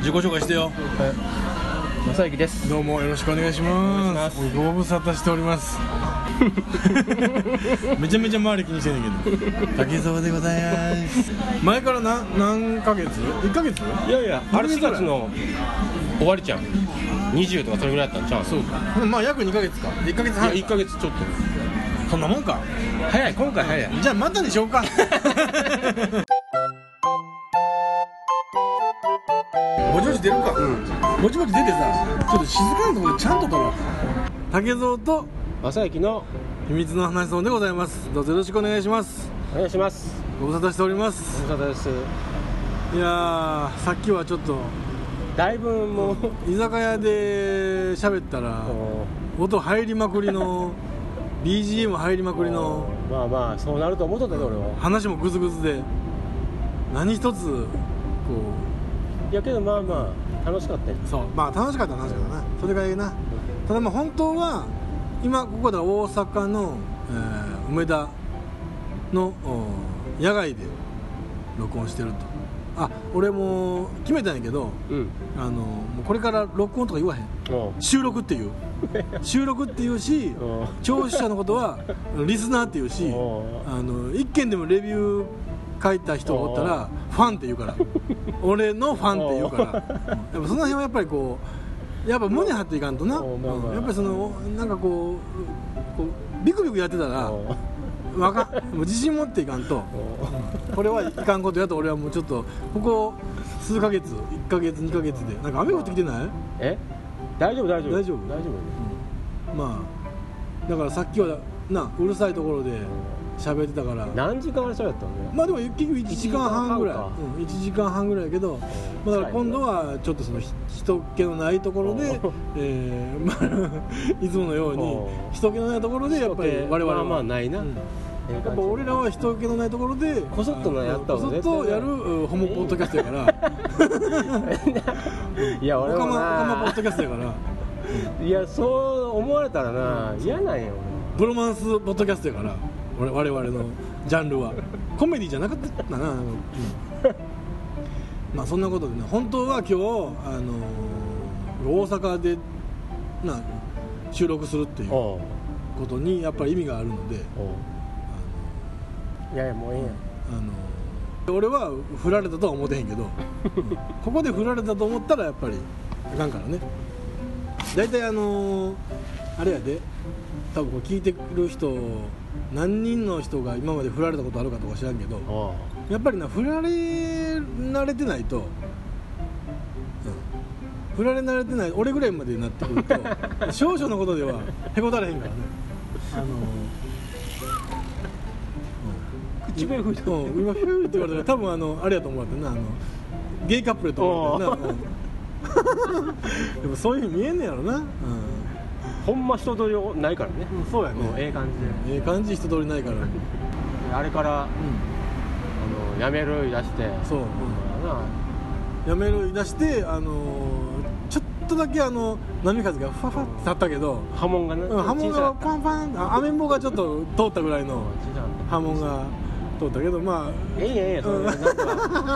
自己紹介してよ正幸ですどうもよろしくお願いしますご無沙汰しております めちゃめちゃ周り気にしてんだけど竹澤でございます前から何何ヶ月1ヶ月いやいやあれ4月の終わりちゃう20とかそれぐらいだったんちゃうそうかまあ約2ヶ月か1ヶ月いや半1ヶ月ちょっとそんなもんか早い今回早いじゃあまたにしよう かぼちぼち出るか、ぼちぼち出てさちょっと静かなところでちゃんと撮ろう竹蔵と正行の秘密の話そうでございますどうぞよろしくお願いしますお願いしますご無沙汰しておりますご無沙汰ですいやーさっきはちょっとだいぶもう 居酒屋で喋ったら音入りまくりの BGM 入りまくりのまあまあそうなると思っとったけど俺は話もグズグズで何一つこいやけどまあまあ楽しかったようそうまあ楽しかった話だなそれがいいなただまあ本当は今ここだ大阪の、えー梅田のお野外で録音してるとあ俺もう決めたんやけどうんあのもうこれから録音とか言わへんおう収 録っていう収録っていうしおう聴取者のことはリスナーっていうしおうあの一件でもレビュー書いた人がおったらファンって言うから俺のファンって言うからやっぱその辺はやっぱりこうやっぱ胸張っていかんとな、おうまあまあうんやっぱりそのなんかこうこうビクビクやってたらおうわかんもう自信持っていかんとこれはいかんことやと俺はもうちょっとここ数ヶ月1ヶ月2ヶ月でなんか雨降ってきてないえ大丈夫大丈夫大丈夫大丈夫まあだからさっきはなうるさいところで喋ってたから何時間あれそうやったんだよまあでも結局1時間半ぐらい1時間半かうん1時間半ぐらいやけど、まあ、だから今度はちょっとそのひ人気のないところでおう、えーまあ、い つものようにおう人気のないところでやっぱり我々は、まあまあないな、ううんん、やっぱ俺らは人気のないところでこそっとなやった方こそがっ絶対とやるうんホモポッドキャスト やからいやオ俺カマもオカマポなッドキャストやからいやそう思われたらな嫌なんやブロマンスポッドキャストやから俺我々のジャンルはコメディじゃなかったな、うんまあそんなことでね本当は今日、あのー大阪でな収録するっていう俺おうことにやっぱり意味があるのでおういやいやもうええやんあのー俺は振られたとは思ってへんけど、うんここで振られたと思ったらやっぱりあかんからね大体あのーあれやで多分これ聞いてる人何人の人が今まで振られたことあるかとか知らんけどおうやっぱりな振られ慣れてないと、うん、振られ慣れてない俺ぐらいまでになってくる と少々のことではへこたれへんからねあのー口笛吹いたうん、今フューって言われたら多分あのあれやと思うわってなあのゲイカップルやと思うわってな、 うんでもそういうふうに見えんねやろな、うん、ほんま人通りないからねそうやねもうええ感じでええ感じ人通りないから、うん、あれからあのやめる言い出してそう、なうん、やめる言い出してあのーちょっとだけあの波風がファファって立ったけど、波紋がねうん、波紋小さかがったパンパンあアメンボがちょっと通ったぐらいの小さかった波紋が通ったけどまあええやんええやんそれな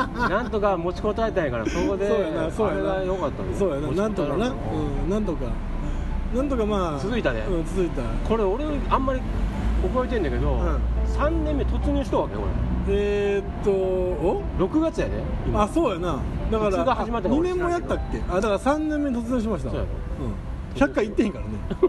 んかなんとか持ちこたえたんやからそこでそうやなそうやなあれが良かったねそうやななんとか持ちこたえな、られたのうん、なんとかなんとかまあ続いたねうん、続いたこれ俺あんまり覚えてんだけど、うん3年目突入したわけこえー、っとおれ6月やで今あそうやなだかいつが始まらったか二俺年もやったっけあだから三年目に突然しましたそうやうん、100回行ってへんか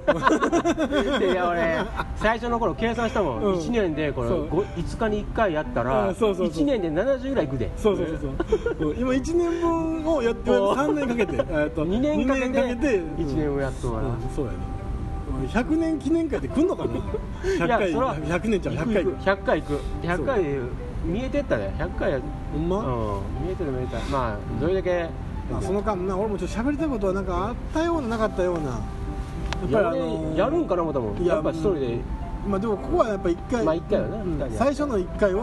らね いや俺最初の頃計算したもん、うん1年でこれそう5 5日に1回やったうらんそうそうそ1う年で70ぐらいいくでそうそうそうそう、 うん今一年分をやってお3年かけ てえーっと2年かけて二年うん1年をやっとわな、うんそうやね100年記念会で来んのかな100回いやそら100年ちゃう100回行く100回行く100回見えてったね100回やほんま、うん、見えてる見えてたまあどれだけ、まあ、その間な俺もちょっと喋りたいことはなんかあったようななかったようなやっやぱりあのーやるんかな思ったもんいややっぱ一人で、まあでもここはやっぱ一回、まあ一回よねうん二人で最初の一回は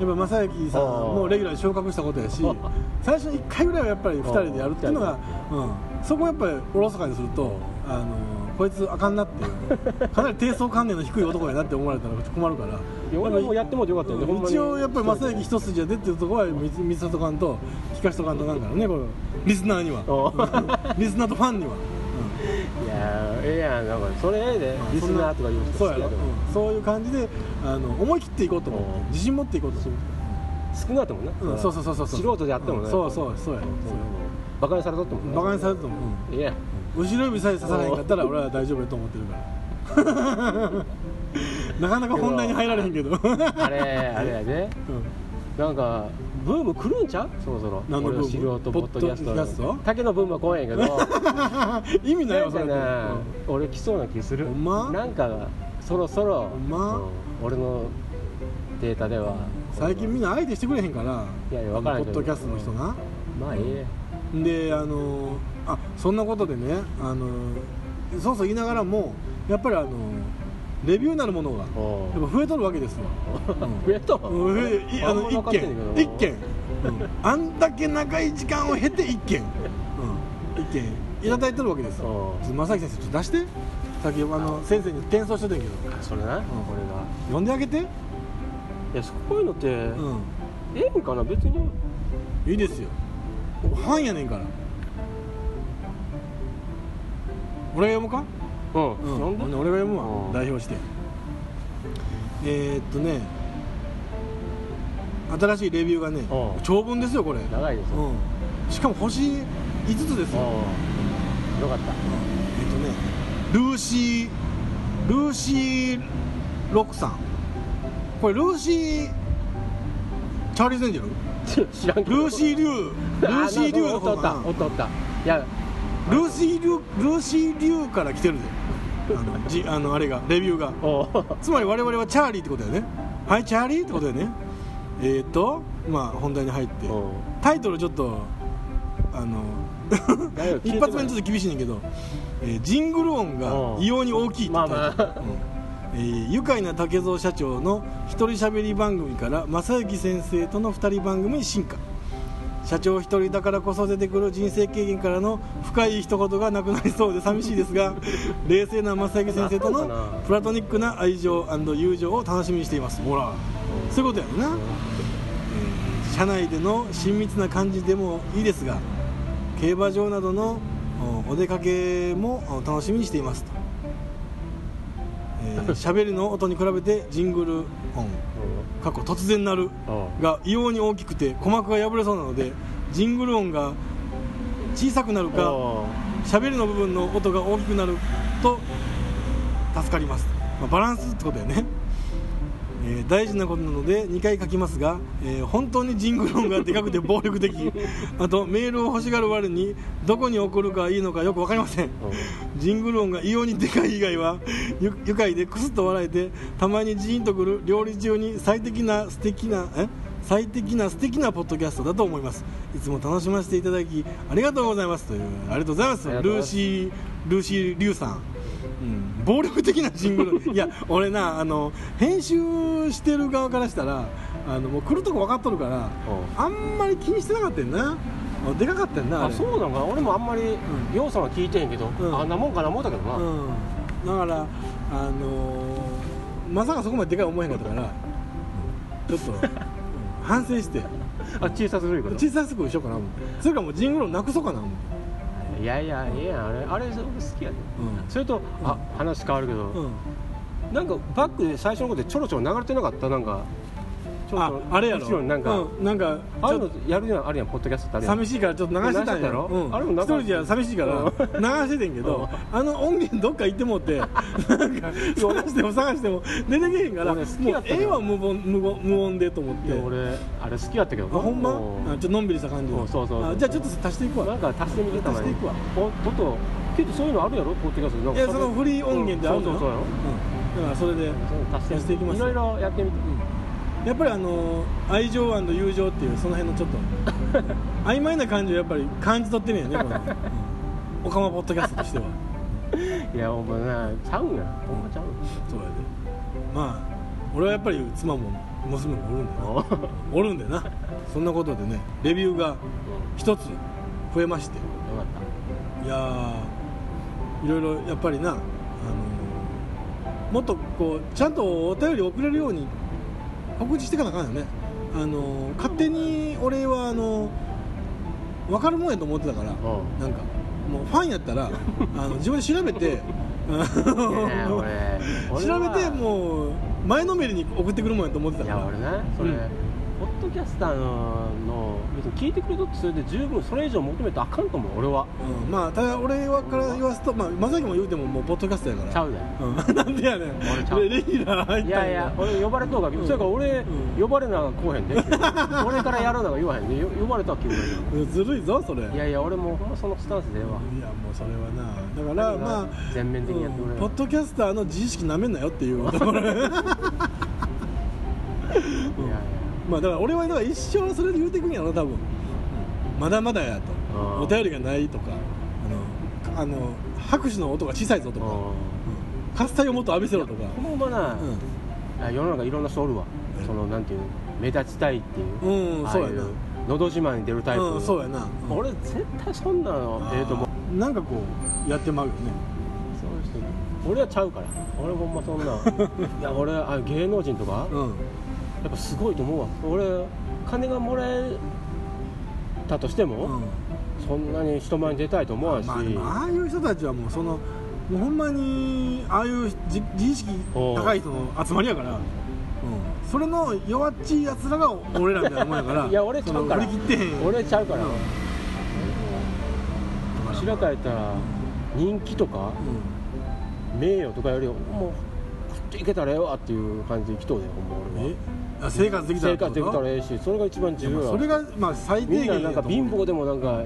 やっぱ正行さんあーもうレギュラーに昇格したこと やし最初の一回ぐらいはやっぱり二人でやるっていうのが、うん、そこをやっぱりおろそかにするとあのこいつあかんなっていうかなり低層観念の低い男やなって思われたら困るからや俺もやってもうてよかったよねほんまに一応やっぱり正行一筋やでっていうところは見見せとかんと聞かしとかんとなんからねこれリスナーにはおリスナーとファンには、いやーええやんなんかそれええでうんリスナーとか言う人そ好んなそうやきやろ、うんけどそういう感じであの思い切っていこうと思っおて自信持っていこうと思って少なくてもねうん、そうそうそうそう素人でやってもねそうそうそうやバカにされとってもねバカにされると思う、うんいや後ろ指さえ刺さへんかったら俺は大丈夫やと思ってるから なかなか本題に入られへんけど あれあれやでうなんかブーム来るんちゃうそろそろ何の俺ブーム素人ポッドキャスポッドキャストト竹のブームは来へん やけどん、意 味ないなわんそかれな俺来そうな気するほんまなんかそろそろほんまうん俺のデータでは最近みんな相手してくれへんからいやいやわからんポけッどドキャストの人な、まあええであのあそんなことでねあのそうそう言いながらもやっぱりあのレビューなるものがやおうっぱ増えとるわけですわ増えとうん増えいあの一件一件、うんあんだけ長い時間を経て一件、うん、一件いただいてるわけですよおうちょっと正木先生ちょっと出してさっきあの先生に転送してたんやけどそれな、俺が呼んであげていやそういうのって、うんええんかな別にいいですよファンやねんから俺が読むかうん、うなんん、で俺が読むうわん代表してえー、っとね新しいレビューがねうん長文ですよこれ、う長いですよ、ん、しかも星5つですよ、うんよかったうんえっとねルーシールーシーロックさんこれルーシーチャーリーズ・エンジェル知らんけどルーシー・リュールーシー・リューのお方っかたなおったおったいやルーシー・リュールーシー・リューから来てるであのじあのあれがレビューがおうつまり我々はチャーリーってことだよねはいチャーリーってことだよねえー、っとまあ本題に入っておうタイトルちょっとあの大丈夫一発目にちょっと厳しいねんけど、えージングル音が異様に大きいってまあまあうんえー愉快な竹蔵社長の一人しゃべり番組から正行先生との二人番組に進化社長一人だからこそ出てくる人生経験からの深い一言がなくなりそうで寂しいで すが冷静な正行先生となるのかのなプラトニックな愛情友情を楽しみにしていますほらそういうことやろな、えー社内での親密な感じでもいいですが競馬場などのおお出かけもお楽しみにしていますと、え ー喋りの音に比べてジングル音過去突然鳴るおうが異様に大きくて鼓膜が破れそうなのでジングル音が小さくなるかおう喋りの部分の音が大きくなると助かります、まあ、バランスってことだよね、えー大事なことなので2回書きますが、えー本当にジングル音がでかくて暴力的あとメールを欲しがる割にどこに送るかいいのかよく分かりませんジングル音が異様にでかい以外はゆ愉快でクスッと笑えてたまにジーンとくる料理中に最適な素敵なえ最適な素敵なポッドキャストだと思いますいつも楽しませていただきありがとうございますというありがとうございますありがとうルございーますシールーシー・リュウさん、うん、暴力的なジング ルいや俺なあの編集してる側からしたらあのもう来るとこ分かっとるからうあんまり気にしてなかったよなでかかったよなああれそうなのかな俺もあんまりん要素は聞いてへんけど、うんあんなもんかな思ったけどな、うん、だから、あのーまさかそこまででかい思えへんかったからちょっとうん反省してあ小さすぎるけど小さくしようかな思ってそれかもうジングルをなくそうかな思って、いやいやええやんあれあれ俺好きやで、うそれと、あ話変わるけど、うんなんかバックで最初のことでちょろちょろ流れてなかったなんかちょろちょあろあれやろ後ろになんか、うん、なんかああいうちのょっやるやんあるやんポッドキャストってあるとやん寂しいからちょっと流してたん流してたやろ、やろうんあれも一なんか人じゃ寂しいから流しててんけどあの音源どっか行っても うてなんか探しても探しても出てけへんからもう俺好きやったよええわ無音無音無音でと思っいてや俺あれ好きやったけどあほんまうんあちょっとのんびりした感じうんそうそうそうあじゃあちょっと足していくわなんか足してみてたの足していくわおちょっと結構そういうのあるやろポッドキャストなんいかやそのフリー音源であるのうんそうそうそうやろうんだからそれで足して足していきますいろいろやってみて、やっぱりあの愛情友情っていうその辺のちょっと 曖昧な感じをやっぱり感じ取ってるんやねこの、うん、オカマポッドキャストとしてはいやお前なちゃうんやほんまちゃうんそうやでまあ俺はやっぱり妻も娘もおるんだよなおうおるんでなそんなことでねレビューが一つ増えましてよかっいやーいろいろやっぱりなあのもっとこうちゃんとお便り送れるように告知していかなあかんよねあの勝手に俺はあの分かるもんやと思ってたからんなんかもうファンやっ たらあの自分で調べてや俺俺調べはてもう前のめりに送ってくるもんやと思ってたいかやら俺ねそれ、うんポッドキャスターの別に聞いてくれとってそれで十分それ以上求めてあかんと思う俺はうん、まあただ俺はから言わすと、まあ、正樹も言うてももうポッドキャストやからちゃうでうん、なんでやねん俺ちゃう俺レギュラー入ったんいやいや俺呼ばれとうが、それから俺、うん呼ばれながこうへんで俺からやるなが言わへんでよ呼ばれたら聞くいずるいぞそれいやいやいや俺もうほんまそのスタンスでええわもうそれはなだからまあ全面的にやってくれうんるポッドキャスターの自意識なめんなよっ ていうところいやいやまあだから俺はだから一生それで言うてくんやろ多分うんまだまだやとあーお便りがないとかあのあの拍手の音が小さいぞとかうん喝采をもっと浴びせろとかほんまな、あ世の中いろんな人おるわそのなんていうの目立ちたいっていう、うん、うん、ああそいうやうなのど自慢に出るタイプ、うんそうやな、うん俺絶対そんなのええと思うなんかこうやってまうよねそういう人俺はちゃうから俺ほんまそ んないや俺あ芸能人とかうんやっぱすごいと思うわ俺金がもらえたとしても、そんなに人前に出たいと思わんし、まあでもああいう人たちはもうそのもうほんまにああいうじ自意識高い人の集まりやから、うん、それの弱っちいやつらが俺らみたいなもんやか らいや俺ちゃうからその振り切ってへん俺ちゃうから、うん白川やったら人気とか名誉とかよりもう食っていけたらええわっていう感じで生きとうでほんまうん俺はえあ生活できたら生って活ことできたらええしそれが一番重要やそれがまあ最低みん限ななんか貧乏ででもなんか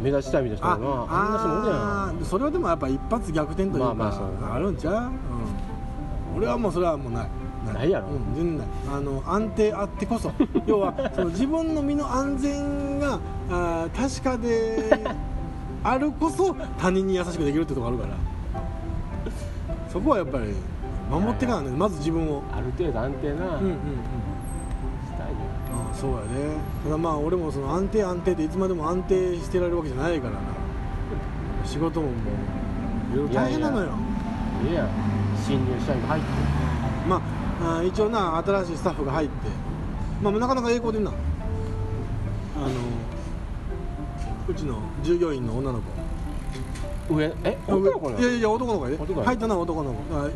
目立ちたいみたいな人あだなあんな人もおるやんあーそれはでもやっぱ一発逆転というか、まあまあそうあるんちゃう、うん、俺はもうそれはもうないないやろうん、全然ないあの安定あっ てこそ要はその自分の身の安全があー確かで あるこそ他人に優しくできるってとこあるからそこはやっぱり守ってかないまず自分をある程度安定な、うんうんうんしたいよああそうやねただまあ俺もその安定安定っていつまでも安定してられるわけじゃないからな仕事ももういろいろ大変なのよいやいいやん新入社員が入ってまああ一応な新しいスタッフが入ってまあなかなか栄光でんなあのうちの従業員の女の子上え女の子なのいやいやいや男の子やで男の子入ったな男の子あ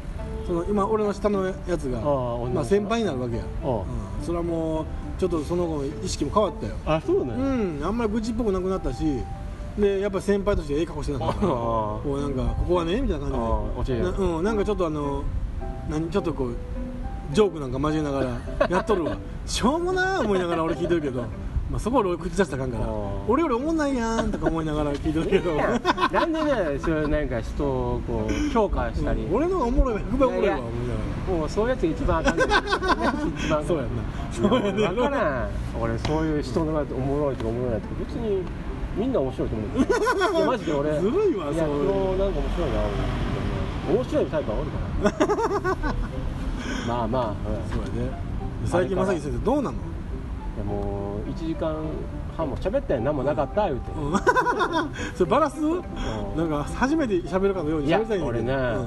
その今俺の下のやつがああ女の子まあ、先輩になるわけや、ああうんそれはもうちょっとその子の意識も変わったよあそうね、うん、あんまり愚痴っぽくなくなったしでやっぱ先輩としてええ格好してなかったかあらあこうなんかここはねみたいなああ感教じえでるな,、うん、なんかちょっとあの何ちょっとこうジョークなんか交えなが らやっとるわしょうもなー思いながら俺聞いてるけど、まあ、そこは俺口出したらあかんからあー俺よりおもんないやんとか思いながら聞いてるけど なんでねそういうなんか人をこう評価したり、 俺の方がおもろいわ100倍おもろいわ思いながもうそういうやつが一番あかんねん一番ら そうやんなそうやね分からん俺そういう人のおもろいとかおもろいないとか別にみんな面白いと思ういやマジで俺ずるいわいやそういう今日なんか面白いな俺面白いタイプはおるから まあまあ、うんいそうやね最近正樹先生ど うなのやもう1時間半も喋ったやん何もなかった言うて、うんそれバラすなんか初めて喋るかのようにいや喋りたいんだ俺けどねうん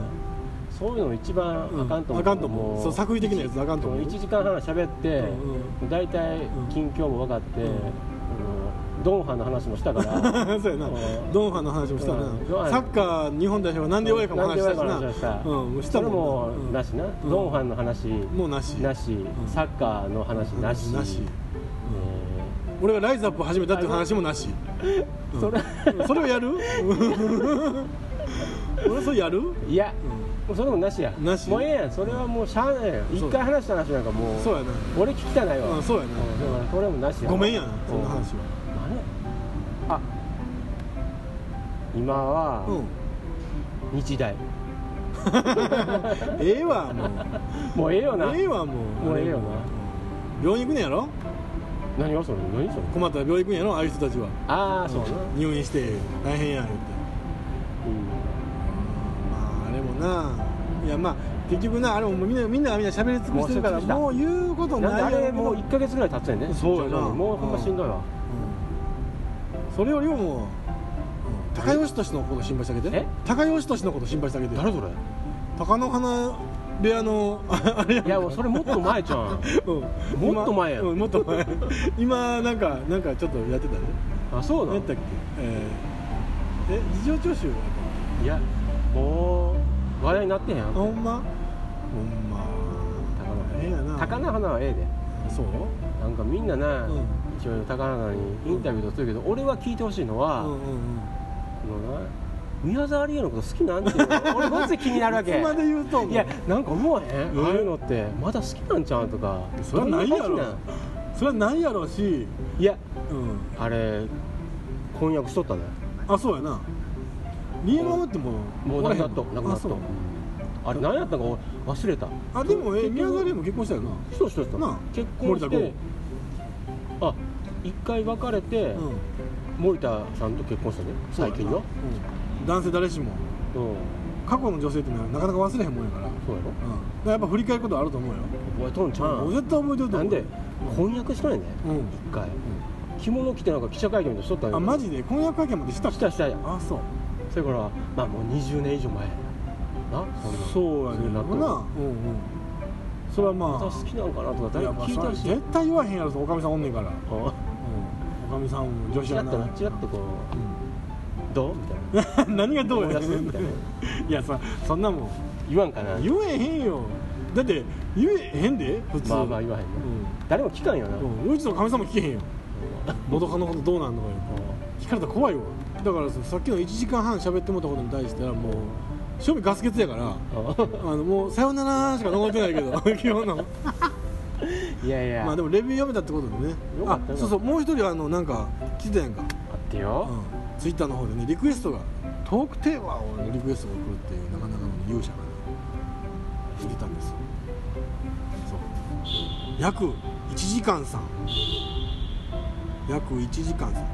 そういうの一番あかんと思う、あかんと思うそう作為的なやつあかんと思う1時間半喋って、う大体近況も分かって、うんうんドンハンの話もしたか らそうやなうんドンファンの話もしたなうんドンファンサッカー日本代表はなんで弱いかも話したしなんで弱いかのな話はしたうんしそたれももんなしな、うんドンハンの話もうなしなし、んサッカーの話なし、え俺がライズアップを始めたっていう話もなしー それ、うんそれをやる 俺それやるいや、もうそれもなしやなしもうええやんそれはもうしゃあないやんそう一回話した話なんかもうそうやな俺聞きたないわ、うんそうやなだからそれもなしやごめんやなそんな話は何あ今は、うん日大ええわももうええよなうええわもうもうええよな病院行くねやろ何がそれ何それ困ったら病院行くんやろああいう人たちはああそうな、入院して大変や言うてまああれもないやまあ結局なあれももうみんなみんながみんな喋り尽くしてるからももうう言うこうとん、なんないであやれろもう1か月ぐらい経つねんねそうやな徐々にもうほんましんどいわ、うんそれよりももう、うん高吉俊のこと心配してあげてえ高吉俊のこと心配してあげて誰それ高野花部屋の ああれやんいやそれもっと前じゃ んうんもっと前やん今うんもっと前今なんかなんかちょっとやってたねあそうな何やったっけえーえ事情聴取はやったいやもう話題になってへんやあんほんまほんま高菜ええやな高菜花はええでそうなんかみんなな、うん一応高菜花にインタビューとするけど、俺は聞いてほしいのは、うんうんうんあのな宮沢りえのこと好きなんていう の俺マジで気になるわけいつまで言うとんのいやなんか思わへん、うんああいうのってまだ好きなんちゃうんとかそれはないやどんろな感じなんそれはないやろしいやうんあれ婚約しとったねあそうやなリエママってもうもうお亡らへくんなっとなくなあっそとうあれ何やったか俺忘れたあでもえ宮沢りえもも結婚したよなそうそうそうなあ結婚し森てあ一回別れて、うん森田さんと結婚したね最近のうん男性誰しもうん過去の女性ってのはなかなか忘れへんもんやからそうやろうんだからやっぱ振り返ることあると思うよ覚えとんちゃ俺ん絶対覚えてるとな思うんで婚約したんやねうん一回着物着てなんか記者会見としとったんやあマジで婚約会見までしたっしけたしたやんあそうそれからまあもう20年以上前やなそんなそうやねんななうんまうんそれはまたあ好きなんかなとかい誰やかまあ聞いたりし絶対言わへんやろとおかみさんおんねんからあおかみさんも女子チラはッとななチラッとこうどうみたいな 何がどう思やい出すみたいないやさそんなもん言わんかな言えへんよだって言えへんで普通まあまあ言わへんね誰も聞かんよなうんうんうちのかみさんも聞けへんよ元カノことどうなんのかよ聞かれたら怖いわだからささっきの1時間半喋ってもらったことに対してはもう正味ガス欠やからああのもう「さよなら」しか残ってないけど 基本のいやいや まあでもレビュー読めたってことでねよかあったよそうそうもう一人あのなんか来てたやんかあってようん、ツイッターの方でねリクエストがトークテーマをリクエストが来るっていうなかなかの勇者がね来てたんですよそう約1時間さん約1時間さん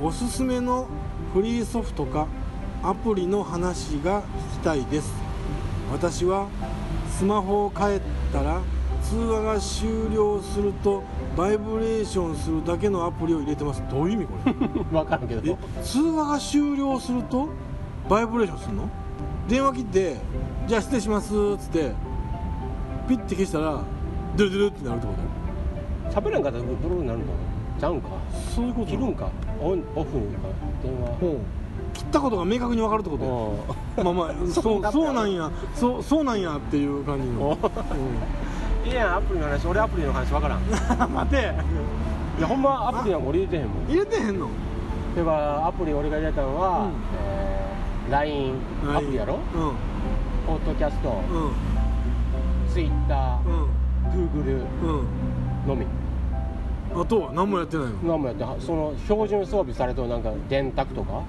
おすすめのフリーソフトかアプリの話が聞きたいです私はスマホを変えたら通話が終了するとバイブレーションするだけのアプリを入れてますどういう意味これ分からんけえど通話が終了するとバイブレーションするの電話切って「じゃあ失礼します」っつってピッて消したらドゥルドゥルってなるってこ喋らんかったらブルブルになるんだちゃうんかとそういうこ切るんかオンオフにか電話うん切ったことが明確に分かるってことよまあまあ そうそうなんやそうそうなんやっていう感じの、いいやんアプリの話俺アプリの話分から んいうん 待てやほんまアプリなんか俺入れてへんもん入れてへんの例えばアプリ俺が入れたのは、うんえー LINE アプリやろうポッドキャストんうん TwitterGoogle ううんのみうんあとは何もやってないの何もやってはその標準装備されてるなんか電卓とか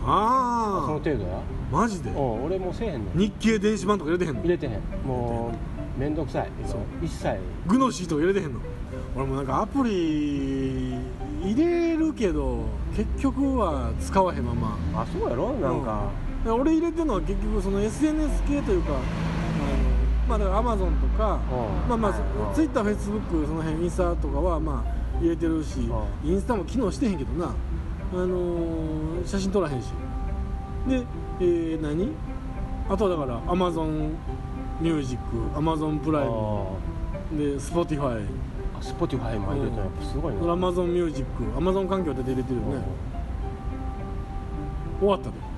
そのあ程度やあマジでうん俺もせえへんの日経電子版とか入れてへんの入れてへんもう面倒くさい一切グノシーとか入れてへんの俺もなんかアプリ入れるけど結局は使わへんままあそうやろなんか、俺入れてるのは結局その SNS 系というかあのまあだからアマゾンとかうんまあまうあんツイッターフェイスブックその辺インスタとかはまあ入れてるしうインスタも機能してへんけどなあのー写真撮らへんしで、えー何あとはだからアマゾンミュージックアマゾンプライムで Spotify あ Spotify も入れてるやっぱすごいな、アマゾンミュージックアマゾン環境で入れてるよね終わったで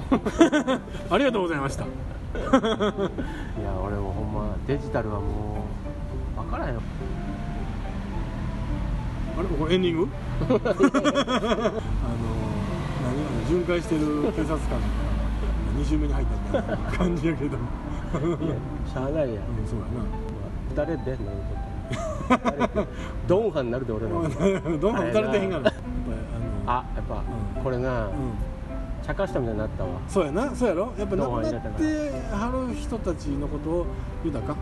ありがと うございましたいや俺もほんまデジタルはもう分からへんよあれこれエンディング あの何あの巡回してる警察官が2周目に入ったみたいな感じやけど うんしゃあないやんそう二人でなるとドンハになるで俺らやな どんどん打たれてへんからやっぱりあのあやっぱ、うんこれな、うん茶化したみたいになったわそうやなそうやろやっぱ亡どうくもなってはる人たちのことを言うたらあか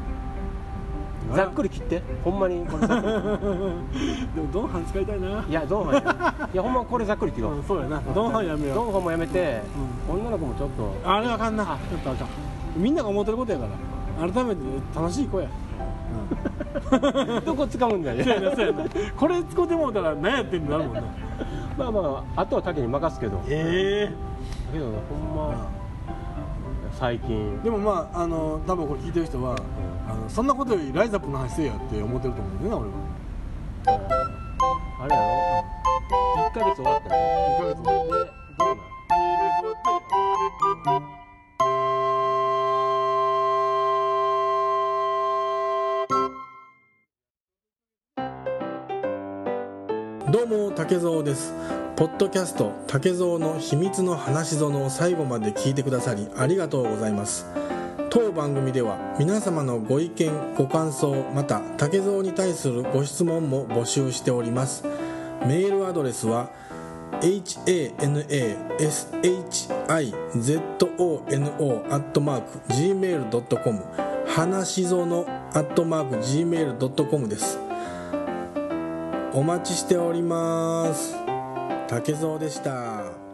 んざっく りり切ってほんまにこれざっくりでもドンハン使いたいないやドンハやいやほんまこれざっくり切ろう、うんそうやなドンハンやめようドンハもやめて、女の子もちょっとあれはあかんなやっぱあかんみんなが思ってることやから改めて楽しい子や、 どこ掴むんだよそうやなそうやなこれ使うてもうたら何やってんのなるもんなまあまああとは竹に任すけどだえけどほんえま最近でもまああの多分これ聞いてる人は、あのそんなことよりライザップの話せえやって思ってると思うんだよな俺はあれやろ1ヶ月終わったよ1ヶ月でどうなんどうも竹蔵ですポッドキャスト「竹蔵の秘密の話ぞの」を最後まで聞いてくださりありがとうございます当番組では皆様のご意見ご感想また竹蔵に対するご質問も募集しておりますメールアドレスは hanashizono.gmail.com 話ぞの .gmail.com ですお待ちしております竹蔵でした